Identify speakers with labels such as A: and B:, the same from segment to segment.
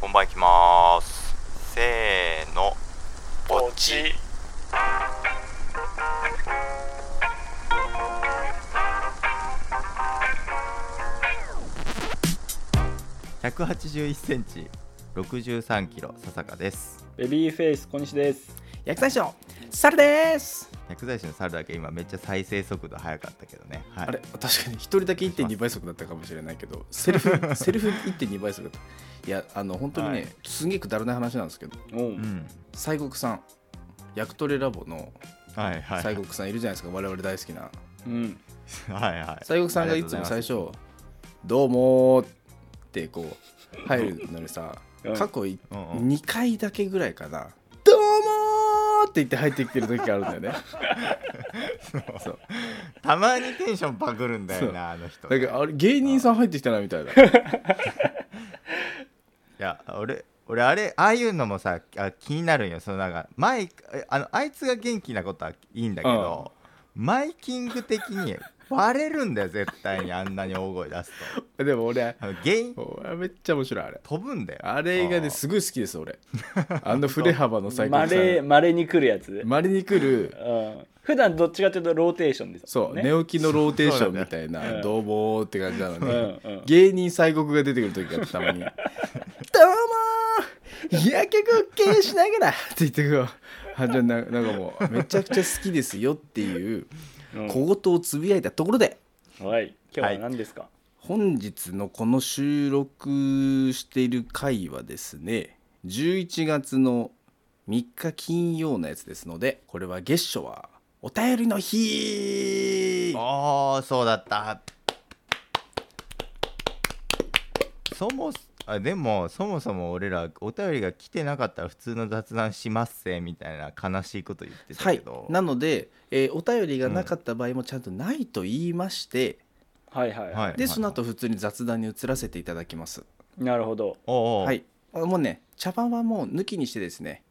A: 本番いきますせーの
B: ポチ
A: 181センチ63キロ笹香です
C: ベビーフェイス小西です。
D: 薬剤師のサルです
A: 薬剤師の猿だけ今めっちゃ再生速度速かったけどね、はい、
D: あれ確かに一人だけ1.2倍速だったかもしれないけどセ ルフセルフ1.2倍速だったいやあの本当にね、
A: はい
D: すげえくだらない話なんですけど
C: おう
A: うん
D: 西国さん薬トレラボの
A: はいはい
D: 西国さんいるじゃないですか、我々大好きな
C: うん。
A: はいはい
D: 西国さんがいつも最初「どうも」ってこう入るのにさ
C: うん
D: 過去い
A: うんうん
D: 2回だけぐらいかな「どうも」って言って入ってきてる時があるんだ よね
A: たまにテンションパクるんだよなあの人
D: だけどあれ芸人さん入ってきたなみたい な
A: いや俺俺あれああいうのもさあ気になるんよそのなんかマイえあのあいつが元気なことはいいんだけど、マイキング的にバレるんだよ絶対にあんなに大声出すと
D: でも俺
A: あの原因
D: 俺めっちゃ面白いあれ
A: 飛ぶんだよ
D: あれが
A: う
D: ね
A: ん
D: すごい好きです俺あの振れ幅の最高
C: ま
D: さ
C: れ、まれに来るやつ。
D: まれに来る
C: うん。普段どっちかというとローテーションです。
D: そう、
C: ね。
D: 寝起きのローテーションみたい
C: そうなん
D: な
C: だ
D: 「
C: よ
D: どうも」って感じなの
C: うんう
D: に
C: ん。
D: 芸人西国が出てくる時があってたま に「どうもー薬局を経営しながら」って言ってくる あじゃあななんかもうめちゃくちゃ好きですよっていう
C: うん
D: 小言をつぶやいたところで
C: はい。今日は何ですか。
D: 本日のこの収録している回はですね11月の3日金曜のやつですのでこれは月初はお便りの日
A: おーそうだったそもそあでもそもそも俺らお便りが来てなかったら普通の雑談しますせみたいな悲しいこと言ってた
D: は
A: け
D: い
A: ど、
D: なので、えーお便りがなかった場合もちゃんとないと言いまして、
C: はいはい。
A: はい
D: でその後普通に雑談に移らせていただきます
C: なるほど。
A: おうおう
D: はいもうね茶番はもう抜きにしてですね、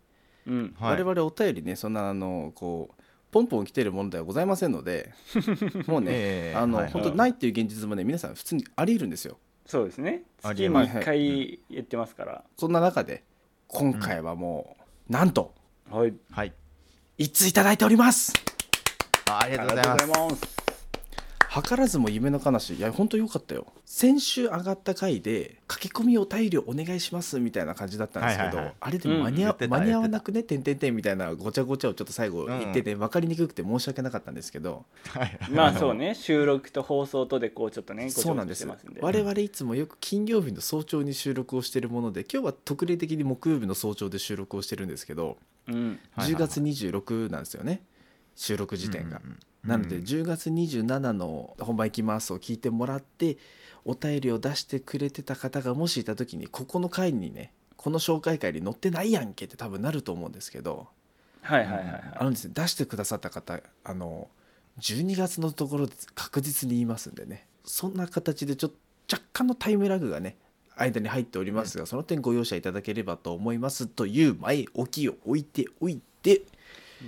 C: うん。
A: はい
D: 我々お便りねそんなあのこうポンポン来てるものではございません のでもうね、
A: ええ
D: あの、
A: はいはい
D: 本当ないっていう現実もね皆さん普通にあり得るんですよ
C: そうですね。
A: あ
C: 月
A: りえ
C: に
D: ます
C: 1回言ってますから。
D: そんな中で今回はもう、なんと
C: はい。
A: はい
D: 一通いただいております
A: あありが
C: あり
A: とうござ
C: がと
A: いうま
C: ござ
A: す
C: います。
D: 図らずも夢の話いや本当よかったよ先週上がった回で駆け込みお便りお願いしますみたいな感じだったんですけど、
A: はいはいはい
D: あれでも間に
A: うん言
D: 合,、
A: ってた
D: 間に合わなくねてんてんてんみたいなごちゃごちゃをちょっと最後言ってて、分かりにくくて申し訳なかったんですけど、
C: まあそうね。収録と放送とでこうちょっとね、ごち
D: そ
C: ょ
D: うな
C: ご
D: ん
C: ちょ
D: で
C: し
D: す
C: てますんで。
D: 我々いつもよく金曜日の早朝に収録をしているもので今日は特例的に木曜日の早朝で収録をしてるんですけど、
C: うん。
A: はい
D: 10月26なんですよね収録時点が、なので10月27の「本番行きます」を聞いてもらってお便りを出してくれてた方がもしいた時にここの回にねこの紹介会に載ってないやんけって多分なると思うんですけど
C: はいはいはいはい。
D: あのですね出してくださった方あの12月のところで確実に言いますんでねそんな形でちょっと若干のタイムラグがね間に入っておりますが、その点ご容赦いただければと思いますという前置きを置いておいて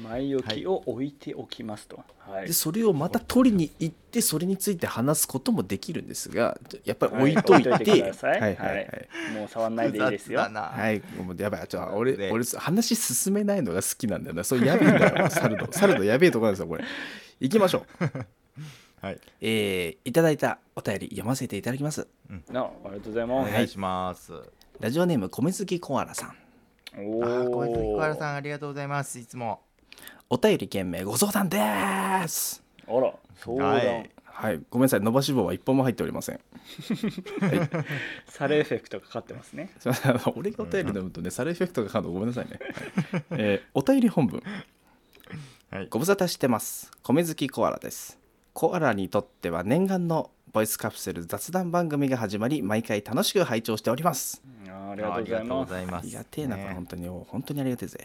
C: 前置きを置いておきますと。はい
D: で。それをまた取りに行ってそれについて話すこともできるんですがやっぱり置いといて,、
C: は
D: はいい、
C: 置くださ
D: は
C: いはいい
D: はい
C: もう触んないでいいですよ
A: 雑だ。な
D: はいもうやばいちょ俺
A: で
D: 俺話進めないのが好きなんだよなそれやべえんだよ猿の猿のやべえとこなんですよこれ行きましょう
A: はい
D: えーいただいたお便り読ませていただきます
C: なありがとうござい
A: お
C: ます。
A: 願いします
D: ラジオネーム米月コアラさん
C: お
A: あー小泉小
C: ー
A: 原さんありがとうございますいつも
D: お便り件名ご相談です
C: あら、相談、
A: はい
D: はいごめんなさい伸ばし棒は一本も入っておりません
C: サレエフェクトかかってますね。
D: すいませんあの俺がお便り読むとね、サルエフェクトがかかるのごめんなさいね、はいえーお便り本文
A: はい
D: ご無沙汰してます米好きコアラですコアラにとっては念願のボイスカプセル雑談番組が始まり毎回楽しく拝聴しております
C: あありが
A: あ
C: とう
A: り
C: ご
A: が
C: ざい
A: とうご
C: ます。
A: ざい
D: あ
A: ます
D: りがてえな、これ本
A: ね
D: 当に本当にありがてえぜ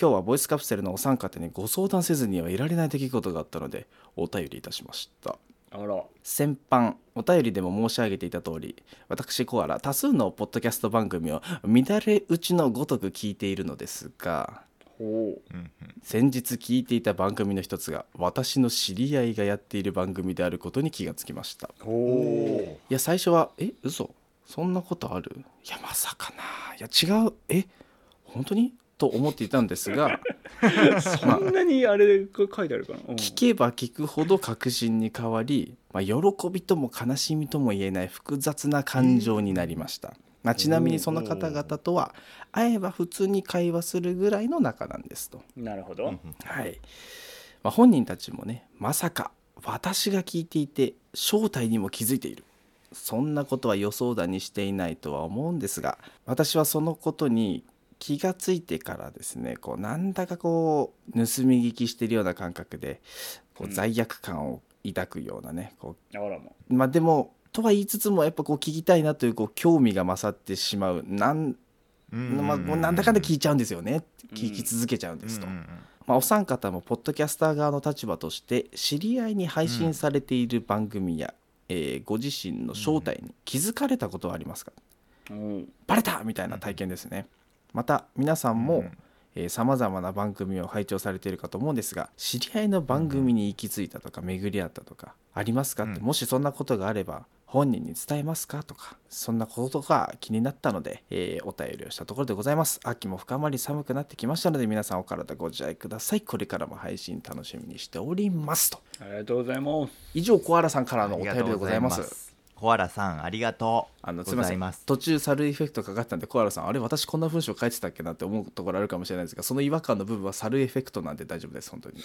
D: 今日はボイスカプセルのお三方にご相談せずにはいられない出来事があったのでお便りいたしました
C: あら、
D: 先般お便りでも申し上げていた通り私コアラ多数のポッドキャスト番組を乱れ打ちのごとく聞いているのですが
C: ほう。
A: うん
D: 先日聞いていた番組の一つが私の知り合いがやっている番組であることに気がつきました
C: ほ
D: いや最初はえ嘘そんなことあるいやまさかないや違うえ本当にと思っていたんですが
C: そんなにあれが書いてあるかな、うん
D: 聞けば聞くほど確信に変わり、まあ、喜びとも悲しみとも言えない複雑な感情になりました、まあ、ちなみにその方々とは会えば普通に会話するぐらいの仲なんですと、
C: なるほ
A: う
C: ど
A: んうん
D: はいまあ、本人たちもねまさか私が聞いていて正体にも気づいているそんなことは予想だにしていないとは思うんですが私はそのことに気がついてからですねこうなんだかこう盗み聞きしてるような感覚でこ
C: う
D: うん罪悪感を抱くようなねこ
C: あらも
D: うまあでもとは言いつつもやっぱこう聞きたいなというこう興味が勝ってしまうなん,、まあ、こうなんだかんだ聞いちゃうんですよね聞き続けちゃうんですと。
A: うんうん
D: まあ、お三方もポッドキャスター側の立場として知り合いに配信されている番組や、えーご自身の正体に気づかれたことはありますか、
C: うん
D: バレたみたいな体験ですね、また皆さんも
A: ん
D: さまざまな番組を拝聴されているかと思うんですが知り合いの番組に行き着いたとか巡り合ったとかありますかって、
A: うん
D: もしそんなことがあれば本人に伝えますかとかそんなことが気になったので、えーお便りをしたところでございます秋も深まり寒くなってきましたので皆さんお体ご自愛くださいこれからも配信楽しみにしておりますと
C: ありがとうございます
D: 以上小原さんから
A: あ
D: のお
A: り
D: 便
A: が
D: り
A: とう
D: でございます
A: コアラさんありがとう
D: あのす
A: ご
D: みま
A: ざ
D: せ
A: い
D: ん
A: ます
D: 途中サルエフェクトかかったんでコアラさんあれ私こんな文章書いてたっけなって思うところあるかもしれないですがその違和感の部分はサルエフェクトなんで大丈夫です本当に
A: い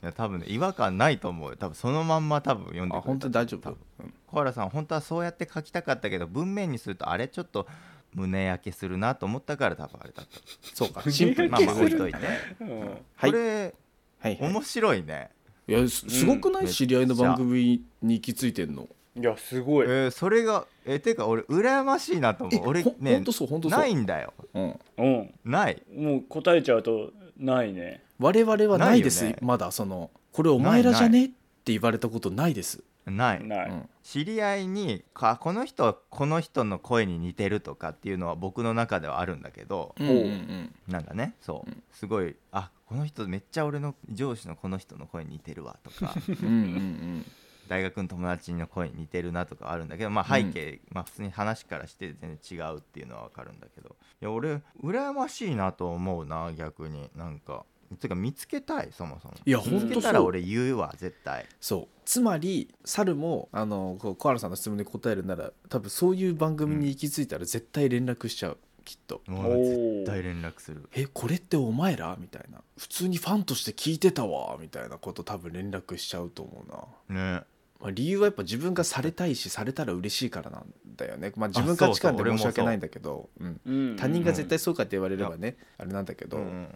A: や多分ね違和感ないと思うよ多分そのまんま多分読んで
D: あ
A: くれた
D: 本当に大丈夫
A: 多分コアラさん本当はそうやって書きたかったけど文面にするとあれちょっと胸焼けするなと思ったから多分あれだっ
D: そうか
C: すげえ
D: シンプ
A: た
D: ル
A: まあまあ置いといて
C: うん
D: はい
A: これ
D: はいはい
A: 面白いね
D: いやすすごくない、
A: うん
D: 知り合いの番組に行き着いてんの
C: いやすごい、
A: えーそれがえてか俺羨ましいなと思う俺
D: ほほ
A: ね
D: んとそうほんとそう
A: ないんだよ
D: うん、
C: うん
A: ない
C: もう答えちゃうとないね
D: 我々はないです
A: ないよね
D: まだそのこれお前らじゃねって言われたことないです
A: ない
C: ない、
D: うん
A: 知り合いにかこの人はこの人の声に似てるとかっていうのは僕の中ではあるんだけど
D: うんうん
A: なんかねそう、
D: うん
A: すごいあこの人めっちゃ俺の上司のこの人の声に似てるわとか
D: うんうんうん
A: 大学の友達の声に似てるなとかあるんだけどまあ背景、まあ普通に話からして全然違うっていうのは分かるんだけどいや俺羨ましいなと思うな逆になんかてか見つけたいそもそも
D: いや
A: 見
D: 本
A: つ
D: 当
A: け
D: そ
A: た
D: う
A: ら俺言うわ絶対
D: そうつまり猿もあのこう小原さんの質問に答えるなら多分そういう番組に行き着いたら絶対連絡しちゃう、きっと
A: もう絶対連絡する
D: 「えこれってお前ら?」みたいな「普通にファンとして聞いてたわ」みたいなこと多分連絡しちゃうと思うな、
A: ね
D: まあ、理由はやっぱ自分がされたいしされたら嬉しいからなんだよね、まあ、自
A: あ
D: 分
A: そうそう
D: 価値観で
A: 俺も
D: 申
A: そう
D: し訳ないんだけどうん
C: うん、
D: 他人が絶対そうかって言われればね、あれなんだけど、
A: うんうん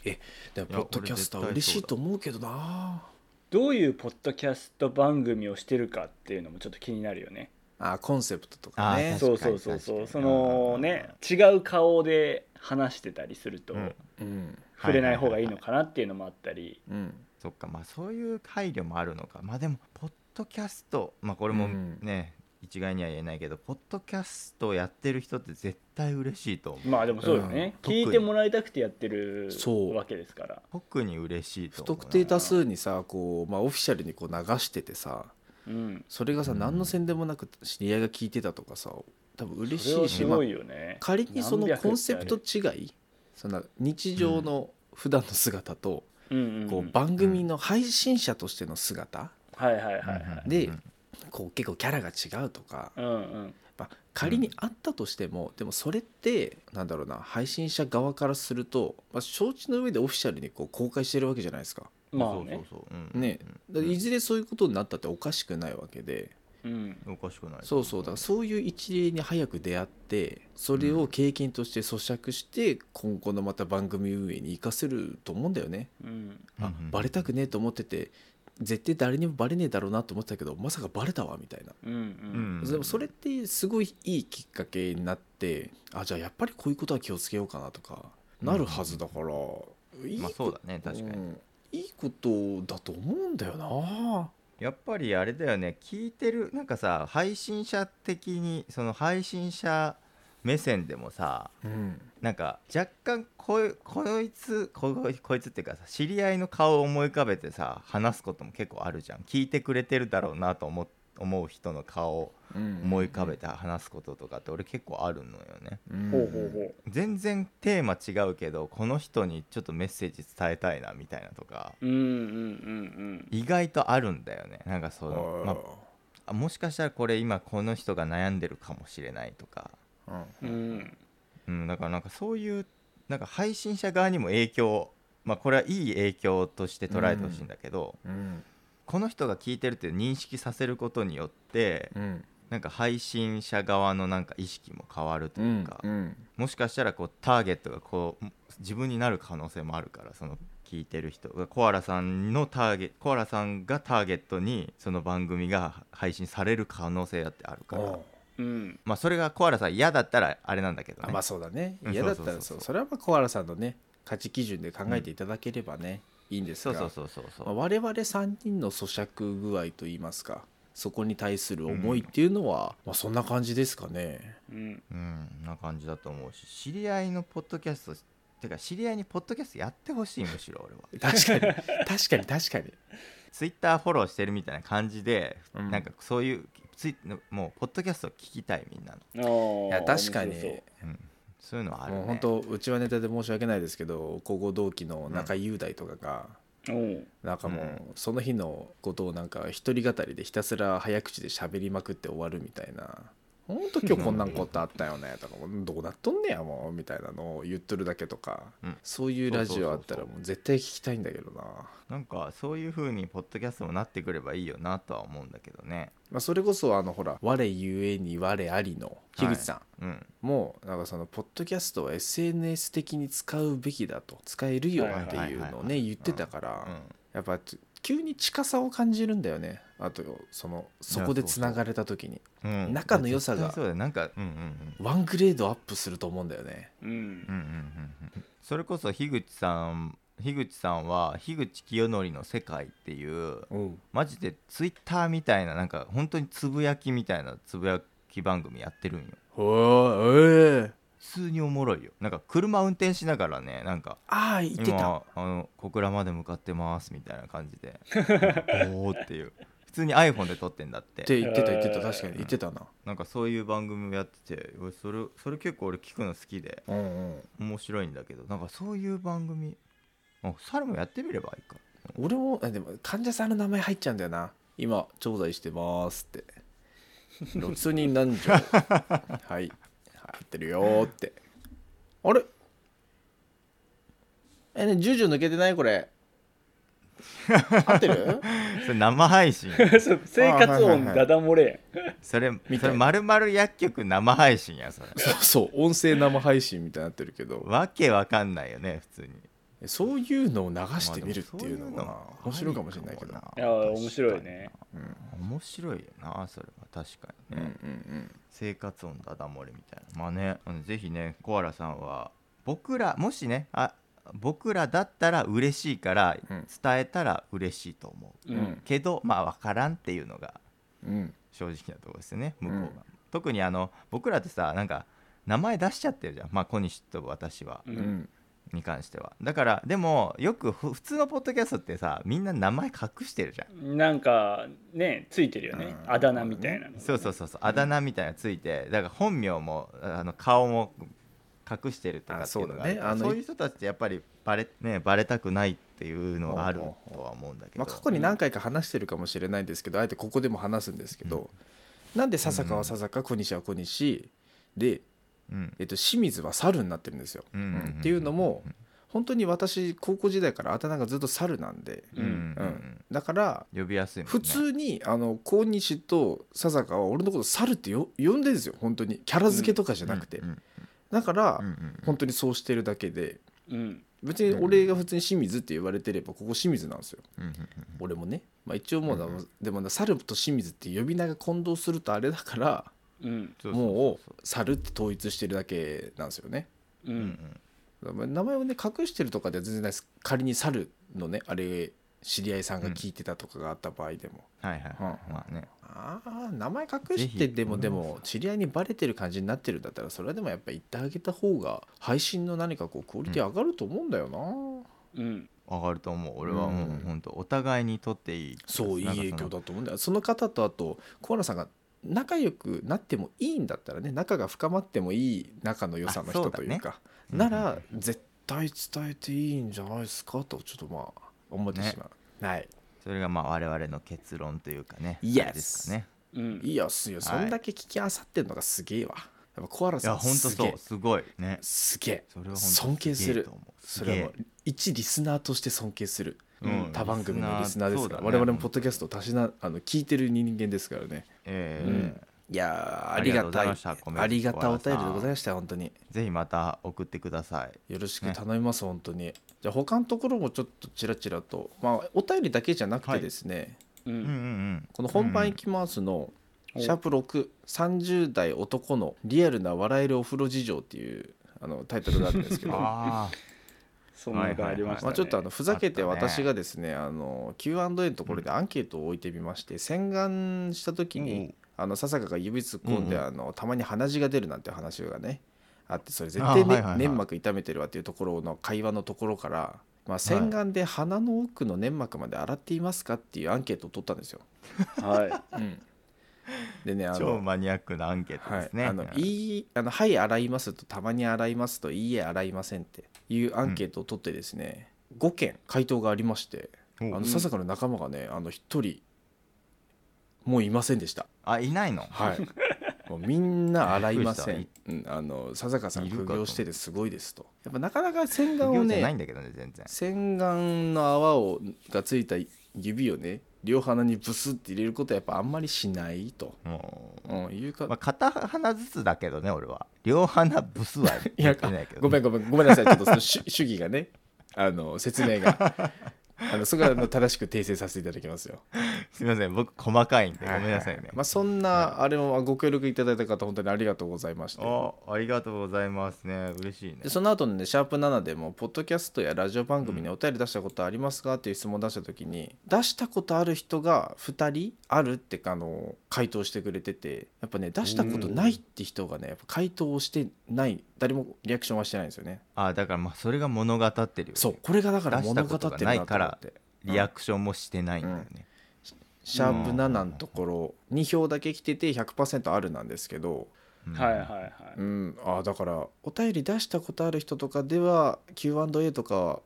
A: い
D: でもポ
A: や
D: ッドキャスタ
A: 俺絶対そ
D: ー
A: うだ
D: 嬉しいと思うけどな
C: どういうポッドキャスト番組をしてるかっていうのもちょっと気になるよね
D: あコンセプトとか
A: あ
D: ね
C: そう
A: 確か
C: そ
A: に
C: うそ
A: 確か
C: うそう
A: に
C: そのね違う顔で話してたりすると、
A: うん
D: うん
C: 触れない方がいいのかなっていうのもあったり、
D: うん
A: そっかまあそういう配慮もあるのかまあでもポッドキャストまあこれも
D: うん
A: ね、一概には言えないけどポッドキャストやってる人って絶対嬉しいと思う
C: まあでもそうよね、
A: うん
C: 聞いてもらいたくてやってる
D: そう
C: わけですから
A: 特に嬉しいと
D: 不
A: 思う
D: 特定多数にさこう、まあ、オフィシャルにこう流しててさ
C: うん
D: それがさ、
A: うん
D: 何の宣伝もなく知り合いが聞いてたとかさ多分嬉し
C: それはい
D: し、
C: す
D: まあ
C: ごいよね
D: 仮にそのコンセプト
C: 何百っ
D: 違いそんな日常の普段の姿と、
C: てあるうんうん
D: こ
C: うん
D: う番組の配信者としての姿、
C: はいはいはいは
A: うん
C: い
D: で
A: うん
D: こう結構キャラが違うとか、
C: うんうん
D: まあ、仮にあったとしても、でもそれってなんだろうな配信者側からすると、まあ、承知の上でオフィシャルにこう公開してるわけじゃないですか。
C: まあね
A: そうそうそう、うん
D: ねだ
A: う
D: からい
A: ん
D: ずれそういうことになったっておかしくないわけで、
C: うん
A: おかしくない
D: そうそうだからそういう一例に早く出会ってそれを経験として咀嚼して今後のまた番組運営に生かせると思うんだよね、
C: うん
D: あバレたくねえと思ってて絶対誰にもバレねえだろうなと思ってたけどまさかバレたわみたいな、
C: うんうん
D: でもそれってすごいいいきっかけになってあじゃあやっぱりこういうことは気をつけようかなとかなるはずだから、いい
A: まあそうだね確かに、
D: うんいいことだと思うんだよな
A: やっぱりあれだよね聞いてるなんかさ配信者的にその配信者目線でもさ
D: うん
A: なんか若干こいこいつここいつっていうかさ知り合いの顔を思い浮かべてさ話すことも結構あるじゃん聞いてくれてるだろうなと思っ思う人の顔を思い浮かべて話すこととかって俺結構あるのよね
D: うん
C: ほうほうほう
A: 全然テーマ違うけどこの人にちょっとメッセージ伝えたいなみたいなとか
C: うんうん
A: 意外とあるんだよねなんかその、ま
D: あ
A: あ、もしかしたらこれ今この人が悩んでるかもしれないとか、
D: ー
C: うんうんうん
A: うん、だからなんかそういうなんか配信者側にも影響まあこれはいい影響として捉えてほしいんだけど、
D: うん
A: この人が聞いてるって認識させることによって
D: うん
A: なんか配信者側のなんか意識も変わると
D: う
A: いうんか、
D: うん
A: もしかしたらこうターゲットがこう自分になる可能性もあるからその聞いてる人がコアラさんのターゲコアラさんがターゲットにその番組が配信される可能性だってあるから、
C: うん
A: まあ、それがコアラさん嫌だったらあれなんだけどね
D: あまあそうだね
A: うん
D: 嫌だった
A: そ
D: らそう
A: そうそうそう
D: うそれはまあ小原さんのね価値基準で考えていただければね、いいんです
A: そう
D: が
A: そうそうそうそう、
D: まあ我々3人の咀嚼具合といいますかそこに対する思いっていうのは、まあ、そんな感じですかね。
C: うん
A: うんな感じだと思うし知り合いのポッドキャストてか知り合いにポッドキャストやってほしいむしろ俺 は
D: 確かに確かに確かに。
A: ツイッターフォローしてるみたいな感じで、
D: うん
A: なんかそういうツイもうポッドキャストを聞きたいみんなの、
C: あー
D: いや確かに、
C: 面白そう
A: うんそういうのはあるね
D: もう本当うちはネタで申し訳ないですけど高校同期の中井雄大とかが、
C: おう
D: なんかも
A: う
D: うその日のことをなんか一人語りでひたすら早口で喋りまくって終わるみたいな「ほんと今日こんなんことあったよね」とか「もうどうなっとんねやもう」みたいなのを言っとるだけとか、
A: うん
D: そういうラジオあったら
A: そうそうそうそう
D: もう絶対聞きたいんだけどな、
A: なんかそういう風にポッドキャストもなってくればいいよなとは思うんだけどね
D: まあ、それこそあのほら「我ゆえに我あり」の樋口さん、
A: うん
D: もなんかそのポッドキャストは SNS 的に使うべきだと使えるよっていうのを
A: はいはいはいは
D: ね
A: い
D: 言ってたから、
A: うん
D: やっぱつ急に近さを感じるんだよねあとそのそこでつながれた時に
A: うん
D: 仲の良さが
A: 絶対そうだよなんかうんうんうん
D: ワングレードアップすると思うんだよね
C: うん
A: うんうんうんうんそれこそ樋口さん樋口さんは樋口清則の「世界」っていう
D: うん
A: マジでツイッターみたいななんか本当につぶやきみたいなつぶやき番組やってるんよ
D: ええ
A: 普通におもろいよなんか車運転しながらねなんか
D: ああ言ってた
A: 今あの小倉まで向かってますみたいな感じ でおおっていう普通に iPhone で撮ってんだっ
D: ってて言ってた言ってた
C: えー
D: 確かに言ってたな
A: なんかそういう番組もやってて俺それそれ結構俺聞くの好きで
D: うんうん
A: 面白いんだけどなんかそういう番組あ猿もやってみればいいか
D: 俺もあでも患者さんの名前入っちゃうんだよな今調剤してますって6人男女 はい入ってるよーってあれえね10抜けてないこれ合ってる
A: それ生配 信
C: そう生活音ダダ漏れ
A: それ
D: み
A: そ
D: たい
A: れまるまる薬局生配信やそれ
D: そう そう音声生配信みたいになってるけど
A: わけわかんないよね普通に
D: そういうのを流してみるっていうのが面白いかもしれないけど
A: あ
C: いや面白いね
A: 面白いよなそれは確か
D: う
A: に
D: んう
A: ね、
D: ん
A: 生活音ダダ漏れみたいなまあねあのぜひねコアラさんは僕らもしねあ僕らだったら嬉しいから
D: うん
A: 伝えたら嬉しいと思う、
C: う
D: うんん
A: けどまあ分からんっていうのが
D: うんうん
A: 正直なところですよね向こうが、
D: うん
A: 特にあの僕らってさなんか名前出しちゃってるじゃんまあ小西と私は、
C: う
D: うんん
A: に関してはだからでもよくふ普通のポッドキャストってさみんな名前隠してるじゃん
C: なんかねついてるよね
D: うん
C: あだ名みたいなの
A: そうそうそうそうあだ名みたいなのついてだから本名もあの顔も隠してるとか
D: あ
A: っていうのが
D: そうだ
A: あ
D: ね
A: るから
D: あの
A: そういう人たちってやっぱりバレ,、ね、バレたくないっていうのがあるとは思うんだけど、
D: まあ、過去に何回か話してるかもしれないんですけど、あえてここでも話すんですけど、なんで笹川は笹川小西は小西で、
A: うん
D: えっと、清水は猿になってるんですよ。
A: うんうんうん
D: っていうのも本当に私高校時代からあだ名がずっと猿なんで、
A: うんうん
D: う
A: うんん
D: だから
A: 呼びやすいもんね
D: 普通にあの小西と笹川は俺のこと猿ってよ呼んでるんですよ本当にキャラ付けとかじゃなくて、
A: うん
D: だから、
A: うんうん
D: 本当にそうしてるだけで
C: うん
D: 別に俺が普通に清水って言われてればここ清水なんですよ。
A: うんうん
D: 俺もね、まあ、一応もうな、
A: うんうん
D: でもな猿と清水って呼び名が混同するとあれだから
C: うん
A: そうそうそう
D: もう猿って統一してるだけなんですよね
C: う
A: うんうんん
D: だから名前をね隠してるとかでは全然ないです仮に猿のねあれ知り合いさんが聞いてたとかがあった場合でも、
A: はいはい、
D: うん
A: まあね
D: ああ名前隠し
A: ぜ
D: て
A: ひ
D: でもでも知り合いにバレてる感じになってるんだったらそれはでもやっぱ言ってあげた方が配信の何かこうクオリティ上がると思うんだよな、
C: うん
A: 上がると思う俺はも
D: うん
A: う本当お互いにとっていい
D: そういい
A: なんか
D: 影
A: その
D: 響だと思うんだよその方とあとコアラさんが仲良くなってもいいんだったらね仲が深まってもいい仲の良さの
A: あそ
D: 人
A: うだ
D: と
A: ね
D: いうか
A: うん
D: なら絶対伝えていいんじゃないですかとちょっとまあ思ってしまう、はい
A: それがまあ我々の結論というかね
D: Yes
A: あれですかね
C: うん
D: いいよすよそ
A: はい
D: んだけ聞きあさってんのがすげえわやっぱコアラ
A: い
D: さ
A: や
D: ん
A: 本当
D: すげ
A: そ
D: え
A: うすごいね
D: すげえ
A: それは本当
D: 尊敬す
A: げえ
D: る
A: と思うす
D: そ
A: げ
D: れ
A: え
D: はもう一リスナーとして尊敬する、
A: うん
D: 他番組のリスナーで
A: リスナー
D: すから、
A: そうだね
D: 我々もポッドキャストをたしなあの聞いてる人間ですからね
A: ええ
D: うんいやーあ
A: あ
D: り
A: り
D: が
A: がとご
D: たいう
A: ざいましたコメント
D: ありがたいお便りでございました本当に
A: ぜひまた送ってください
D: よろしく頼みます、本当にじゃあ他のところもちょっとちらちらとまあお便りだけじゃなくてですね、
C: う
A: うんうん
C: ん
A: うん
D: この本番いきますの、
C: うん
D: シャープ630代男のリアルな笑えるお風呂事情っていうあのタイトルがあるん ですけど
A: あ
C: そんなのがありました
D: まあ、
C: ね
D: ちょっとあのふざけて
A: あったね
D: 私がですねあの Q&A のところでアンケートを置いてみまして、洗顔した時
A: う
D: に
A: ん
D: あの笹香が指突っ込んで、
A: うんう
D: あのたまに鼻血が出るなんて話がねあってそれ絶対、ね
A: あはいはいはい
D: 粘膜痛めてるわっていうところの会話のところから、まあ、洗顔で鼻の奥の粘膜まで洗っていますかっていうアンケートを取ったんですよ。
C: は
D: でね
A: あ
D: あ
A: 超
D: の
A: マニアックなアンケート
D: は
A: で
D: い
A: す、ね
D: あのいいあのはい洗いますとたまに洗いますといいえ洗いませんっていうアンケートを取ってですね、5件回答がありまして
A: お
D: あの笹香の仲間がねあの一人もういませんでした
A: あいないの
D: はいもうみんな洗いませ
A: びっ
D: ん、うん、あの笹香さん
A: いるか
D: 苦
A: と
D: 業しててすごいですとやっぱなかなか洗顔を
A: 業じゃない
D: ね
A: んだけどね全然
D: 洗顔の泡をがついた指をね両鼻にブスって入れることはやっぱあんまりしないと、
A: もう
D: うん、いうか、
A: まあ片鼻ずつだけどね俺は両鼻ブスはやってないけど
D: ごめんごめんごめんな さいちょっとその主主義がねあの説明があのそこはあの正しく訂正させていただきますよ
A: すみません僕細かいんでごめんなさいね
D: まあ、そんなあれもご協力いただいた方本当にありがとうございまして
A: あありがとうございますね嬉しいね
D: でその後のね「シャープ #7」でも「ポッドキャストやラジオ番組にお便り出したことありますか?」っていう質問を出した時に出したことある人が2人あるってあの回答してくれててやっぱね出したことないって人がねやっぱ回答をしてない誰もリアクションはしてないんですよね
A: あだからまあそれが物語ってるよね、
D: そうこれがだから
A: 出し
D: 物
A: た
D: 語
A: こ
D: っ
A: と
D: てる
A: が
D: な
A: ない
D: と
A: か
D: 思
A: ら
D: って
A: リアクションもしてないんだよね、
D: シャープ7のところ2票だけ来てて100%あるなんですけど
A: うん
C: いはいはいはい
D: うん、あーだからお便り出したことある人とかでは Q&A とか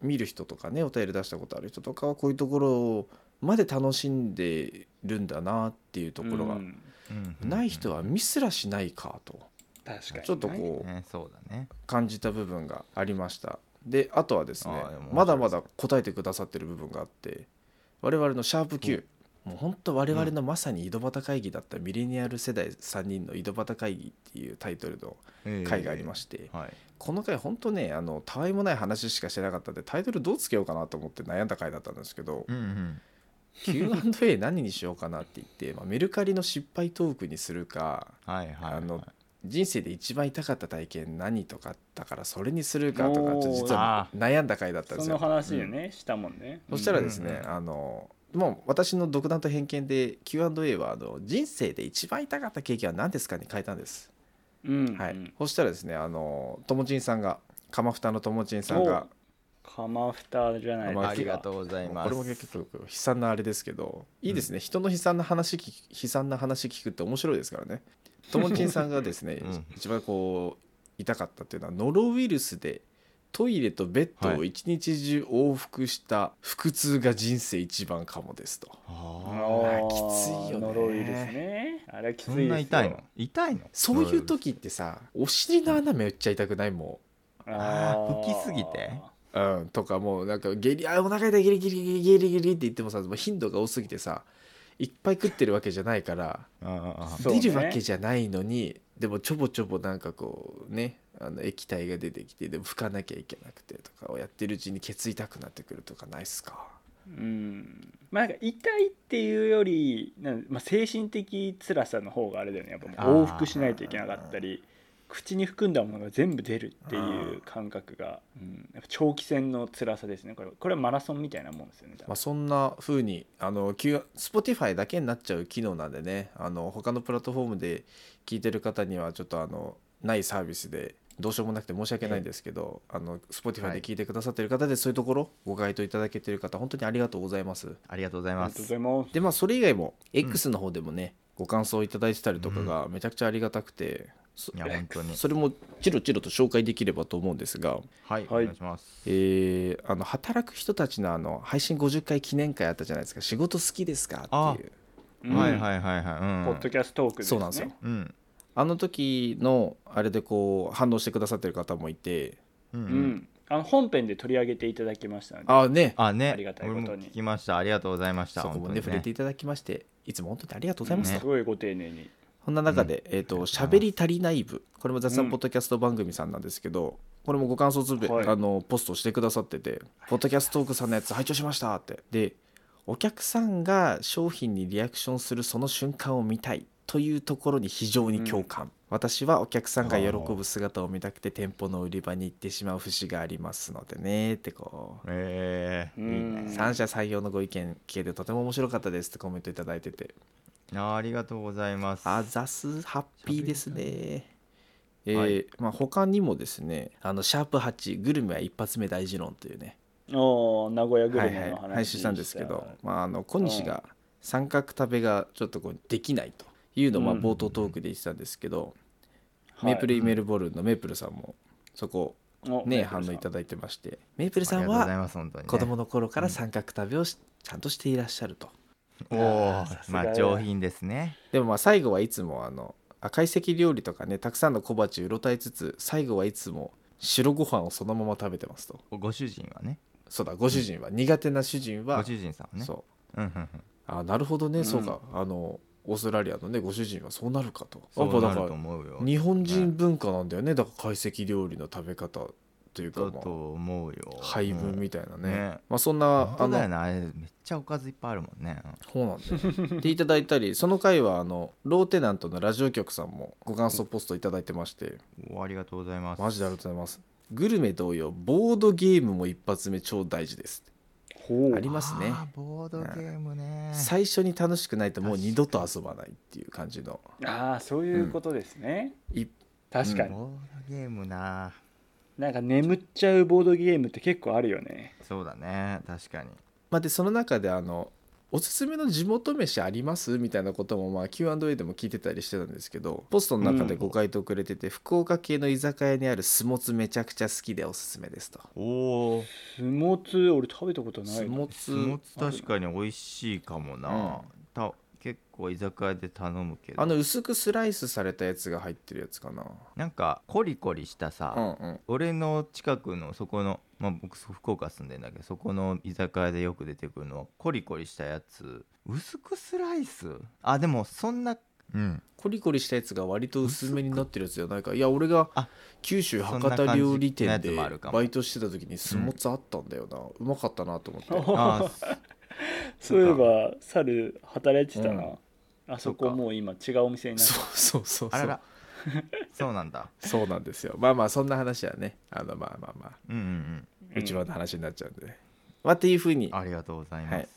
D: 見る人とかねお便り出したことある人とかはこういうところまで楽しんでるんだなっていうところが、
C: う
A: う
C: ん
A: んうん
D: ない人は見すらしないかと
C: 確かにね
D: ちょっとこう
A: ね、そうだね
D: 感じた部分がありましたであとはですね
A: あーでも面白いです
D: まだまだ答えてくださってる部分があって我々のシャープ Q、もう本当我々のまさに井戸端会議だったミレニアル世代3人の井戸端会議っていうタイトルの会がありま
A: し
D: して、
A: た、はい、
D: この回本当ねあのたわいもない話しかしてなかったんでタイトルどうつけようかなと思って悩んだ回だったんです けど
A: うん
D: Q&A 何にしようかなって言って、まあ、メルカリの失敗トークにするか
A: うんはいはいはい
D: あの人生で一番痛かった体験何とかだからそれにするかとかちょっと
C: おー
D: 実は悩んだ回だったんで
C: そ
D: すよ
C: の話でねしたもんね
D: そしたらです
A: うん
D: ね、
A: うん
D: あのもう私の独断と偏見で Q&A はあの人生で一番痛かった経験は何ですかに変えたんです、
C: うん
D: は
C: う
D: い
C: ん
D: そしたらですねあのともちんさんがかまふたのともちんさんが
C: カマフタじゃない
D: ま
A: ありがとうございます
D: これも結局悲惨なあれですけどいいですね、人の悲惨な話聞き悲惨な話聞くって面白いですからねともちんさんがですね、
A: うん
D: 一番こう痛かったっていうのはノロウイルスでトイレとベッドを
A: は
D: 一日中往復した腹痛が人生一番かもですと、
A: あ
C: あー
D: きついよね
C: ノロウイルスねあれは
A: ー
C: きつい
A: そんな痛い
C: です
A: の
C: よ
A: 痛いの
D: そういう時ってさお尻の穴めっちゃ痛くないも
A: あー
C: ー
A: 吹きすぎて
D: う、うん、とかもうなんか下痢あお腹痛いギリギリギリギリギリって言ってもさもう頻度が多すぎてさいっぱい食ってるわけじゃないから
A: あ
C: そうね
D: 出るわけじゃないのに、でもちょぼちょぼなんかこうねあの液体が出てきてでも拭かなきゃいけなくてとかをやってるうちにケツ痛くなってくるとかないっすか
C: うんまあなんか痛いっていうよりなんまあ、精神的辛さの方があれだよねやっぱもう往復しないといけなかったり口に含んだものが全部出るっていう感覚が、うん、やっぱ長期戦の辛さですねこれはこれはマラソンみたいなもんですよね多
D: まあ、
C: 分
D: そんな風にあの Q Spotify だけになっちゃう機能なんでねあの他のプラットフォームで聞いてる方にはちょっとあのないサービスでどうしようもなくて申し訳ないんですけど、あの Spotify で聞いてくださってる方で、そういうところご回答いただけてる方本当にありがとうございます
A: ありがとうござい
C: あ
A: ま
C: りがとうご
A: す
C: ざいます
D: でまあそれ以外も X の方でもね、ご感想いただいてたりとかがめちゃくちゃありがたくて、そ
A: いや本当に
D: それもチロチロと紹介できればと思うんですが、
A: はい、
C: はい
A: お願いします
D: えーあの働く人たちのあの配信50回記念会あったじゃないですか仕事好きですかっていう
C: うん
A: はいはいはいはいうん
C: ポッドキャストトークです
D: そう
C: ね
D: なんですよ
A: うん
D: あの時のあれでこう反応してくださってる方もいて
A: う
C: うん
A: うん
C: んあの本編で取り上げていただきましたので
D: ああね
A: あね
C: ありがたいことに
A: 俺も聞きましたありがとうございました
D: そこもね
A: 本当
D: 触
A: に
D: れていただきましていつも本当にありがとうございますと、
A: ね
C: すごいご丁寧に
D: そんな中で、えっ、と喋り足りない部これも雑
C: う
D: 談
C: ん
D: ポッドキャスト番組さんなんですけど、これもご感想つぶ、
C: はい
D: あのポストしてくださってて「ポッドキャストトークさんのやつ拝聴しました」ってでお客さんが商品にリアクションするその瞬間を見たいというところに非常に共感、私はお客さんが喜ぶ姿を見たくて店舗の売り場に行ってしまう節がありますのでねってこう
A: ええ
C: うん
D: 三者採用のご意見聞けてとても面白かったですってコメントいただいてて
A: あありがとうございます
D: あざすハッピーですね。えー
A: はい
D: まあ、他にもですね「あのシャープ #8 グルメは一発目大事論」というね、
C: おー名古屋グ
D: は
C: ル
D: いは
C: メの話
D: い、配信したんですけど、まあ、あの小西が三角食べがちょっとこうできないというのをまあ
C: うん
D: 冒頭トークで言ってたんですけど、
C: は
D: メ
C: い
D: ープルイメールボールのメープルさんもそこ、
C: お
D: ね、
C: メープ
D: 反
C: ルさ
D: 応
C: ん
D: いただいてましてメープルさ
A: あり
D: ん
A: がとうござい
D: は
A: ます本当にね、
D: 子供の頃から三角食べをしちゃんとしていらっしゃると。
A: お
C: あ
A: お
C: ーさすが
A: まあ上品ですね
D: でもまあ最後はいつもあの赤い赤料理とかねたくさんの小鉢をうろたえつつ最後はいつも白ご飯をそのまま食べてますと
A: ご主人はね
D: そうだご主人は、苦手な主人は
A: ご主人さんはね,、
D: そう
A: んうんうん、
D: うあなるほどね、
C: うん
D: そうかあのオーストラリアのねご主人はそうなるかと
A: そ
D: やっ
A: う
D: ぱ
A: なる
D: だ
A: と
D: か
A: 思うよ
D: ら日本人文化なんだよねだから懐石料理の食べ方というか、
A: だ
D: まあ、
A: と思うよ
D: 配分
A: うん
D: みたいなね,、
A: ね
D: まあそんな
A: 本
D: あ
A: 当だよ
D: の
A: ねあれめっちゃおかずいっぱいあるもんねうん
D: そうなんだよねでいただいたりその回はあのローテナントのラジオ局さんもご感想ポストいただいてまして
A: おありがとうございます
D: マジでありがとうございますグルメ同様ボードゲームも一発目超大事です
C: ほう
D: ありますね
A: あーボードゲームね
D: 最初に楽しくないともう二度と遊ばないっていう感じの
C: ああそういうことですね、
D: い
C: 確かに、
A: ボードゲームな
C: なんか眠っちゃうボードゲームって結構あるよね
A: そうだね確かに
D: まあでその中であのおすすめの地元飯ありますみたいなこともまあ Q&A でも聞いてたりしてたんですけどポストの中でご回答くれてて、福岡系の居酒屋にあるスモツめちゃくちゃ好きでおすすめですと
A: おお
C: スモーツ俺食べたことな
D: ス
C: い
D: モ
A: ス
D: ツ
A: モツ確かに美味しいかもな、た結構居酒屋で頼むけど
D: あの薄くスライスされたやつが入ってるやつかな
A: なんかコリコリしたさ、
D: うんうん
A: 俺の近くのそこの、まあ、僕福岡住んでんだけどそこの居酒屋でよく出てくるのはコリコリしたやつ薄くスライスあでもそ んなうん
D: コリコリしたやつが割と薄めになってるやつじゃないかいや俺が
A: あ
D: 九州
A: そん
D: 博
A: な
D: 多料理店
A: 感じ
D: で
A: のやつもあるかも
D: バイトしてた時にスモツあったんだよな、うまかったなと思 って
A: あ
C: そういえば猿働いてたな、
D: うん
C: あそこもう今違うお店になって
D: そうそうそうそ
A: あ
D: う
A: ららそうなんだ
D: そうなんですよまあまあそんな話はねあのまあまあまあ
A: うんうん
C: うん
D: 内輪の話になっちゃうんで、ねまあっていうふうに
A: うんありがとうございます、
D: はい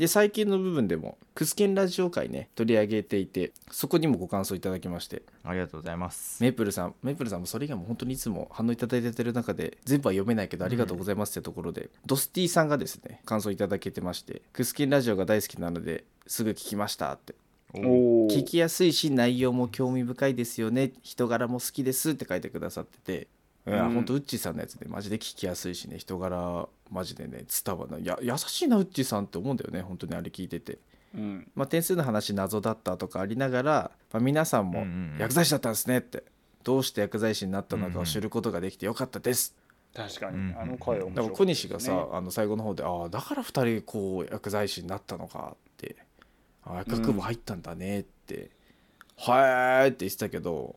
D: で最近の部分でもクスケンラジオ会ね取り上げていてそこにもご感想いただきまして
A: ありがとうございます
D: メープルさんメープルさんもそれ以外も本当にいつも反応いただいてる中で全部は読めないけどありがとうございますってところで、ドスティさんがですね感想いただけてまして「クスキンラジオが大好きなのですぐ聞きました」って
A: お
C: おお
D: 聞きやすいし内容も興味深いですよね人柄も好きですって書いてくださってて。いや
C: うん
D: 本当ウッチーさんのやつで、マジで聞きやすいしね人柄マジでね伝わるないや優しいなウッチーさんって思うんだよね本当にあれ聞いてて
C: うん
D: まあ、点数の話謎だったとかありながら、まあ、皆さん
A: う
D: も
A: んうんうん
D: 薬剤師だったんですねってどうして薬剤師になったの
A: うん
D: か
A: う
D: を
A: ん
D: 知ることができてよかったです、
C: 確か
A: うん
C: にあの回は面白い、
D: だから小西がさ、あの最後の方で「ああだから2人こう薬剤師になったのか」って「ああ薬学部入ったんだね」って「はーい」って言ってたけど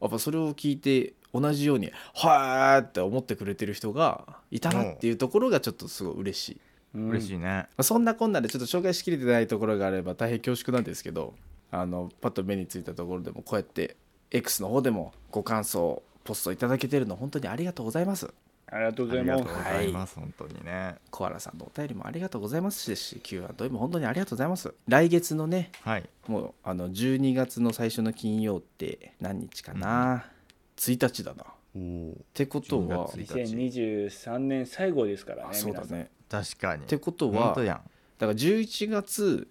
D: やっぱそれを聞いて同じように「はーい」って思ってくれてる人がいたなっていうところがちょっとすごい嬉しい。
C: うん
A: 嬉しいね、
D: まあそんなこんなでちょっと紹介しきれてないところがあれば大変恐縮なんですけどあのパッと目についたところでもこうやって X の方でもご感想ポストいただけてるの本当にありがとうございます
C: ありがとうござ
A: あ
C: い
A: りが
C: ま
A: と
C: す
A: うございます、本当にね
D: コアラさんのお便りもありがとうございますし Q&A も本当にありがとうございます来月のね
A: はい
D: もうあの12月の最初の金曜って何日かな、1日だな
A: おー
D: てことは
A: 12月
C: 2023年最後ですからね
D: あそうだ
C: 皆さん
D: ね
A: 確かに
D: ってこと
A: 本当
D: はだか
A: やん
D: ら11月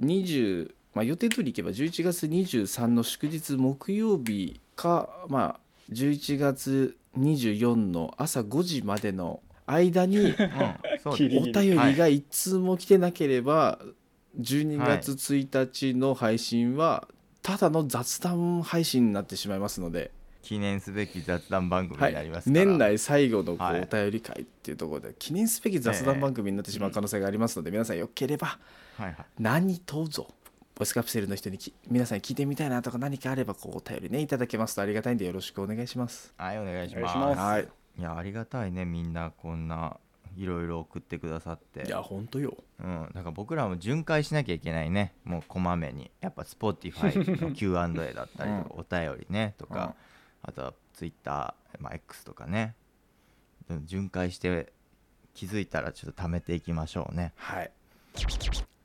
D: 20、まあ、予定通りいけば11月23の祝日木曜日か、まあ、11月24の朝5時までの 間に
A: うんそう
C: ギ
A: で
C: リ
A: す
D: お便りが一通も来てなければ12月1日の配信はただの雑談配信になってしまいますので、
A: 記念すべき雑談番組
D: はい
A: になりま、すから、
D: 年内最後のこ
A: は
D: う
A: い
D: お便り会っていうところで記念すべき雑談番組になってしまう可能性がありますので皆さんよければ
A: はいはい
D: 何とぞボイスカプセルの人にき皆さんに聞いてみたいなとか何かあればこうお便りねいただけますとありがたいんでよろしくお願いします。
A: はい、お願いします
C: お願いしま
D: はい、
A: いやありがたいねみんなこんないろいろ送ってくださって
D: いや本当よ
A: うん、だから僕らも巡回しなきゃいけないねもうこまめにやっぱ Spotify の Q&A だったりとか、お便りねとか、あとは Twitter、まあ、X とかねうん巡回して気づいたらちょっと貯めていきましょうね
D: はい
A: じ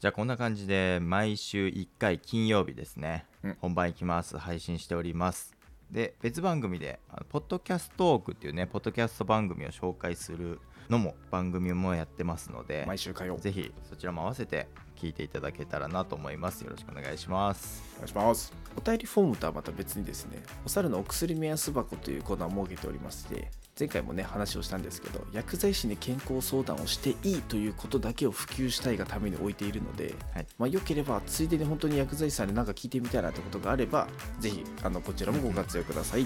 A: ゃあこんな感じで毎週1回金曜日ですね、
D: うん
A: 本番いきます配信しておりますで別番組であのポッドキャストトークっていうねポッドキャスト番組を紹介するのも番組もやってますので
D: 毎週火曜お
A: ぜひそちらも合わせて聞いていただけたらなと思います。よろしくお願いします。
D: 願いしますお便りフォームとはまた別にですねお猿のお薬目安箱というコーナーを設けておりまして前回もね話をしたんですけど薬剤師に健康相談をしていいということだけを普及したいがために置いているので、
A: はい
D: まあ、よければついでに本当に薬剤師さんに何か聞いてみたいなってことがあればぜひあのこちらもご活用ください、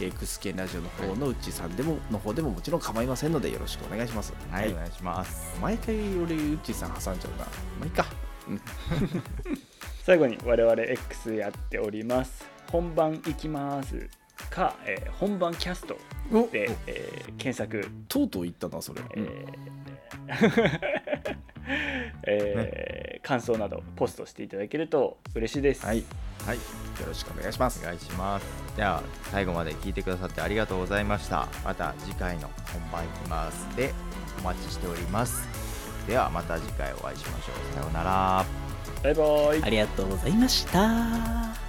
D: えークスケンラジオの方のうっちさんでも、の方でももちろん構いませんのでよろしくお願いします
A: お願いします。
D: 毎回俺うっちさん挟んじゃうなまあいいか
C: 最後に我々 X やっております本番いきますか、えー本番キャスト
D: お
C: で、えー検索、
D: とうとう言ったなそれ、
C: えー えー感想などポストしていただけると嬉しいです、
D: はいよ
A: はい、
D: ろしくお願いします
A: お願いします。では最後まで聞いてくださってありがとうございました。また次回の本番いきますでお待ちしております。ではまた次回お会いしましょう。さようなら。
C: バイバイ
B: ありがとうございました。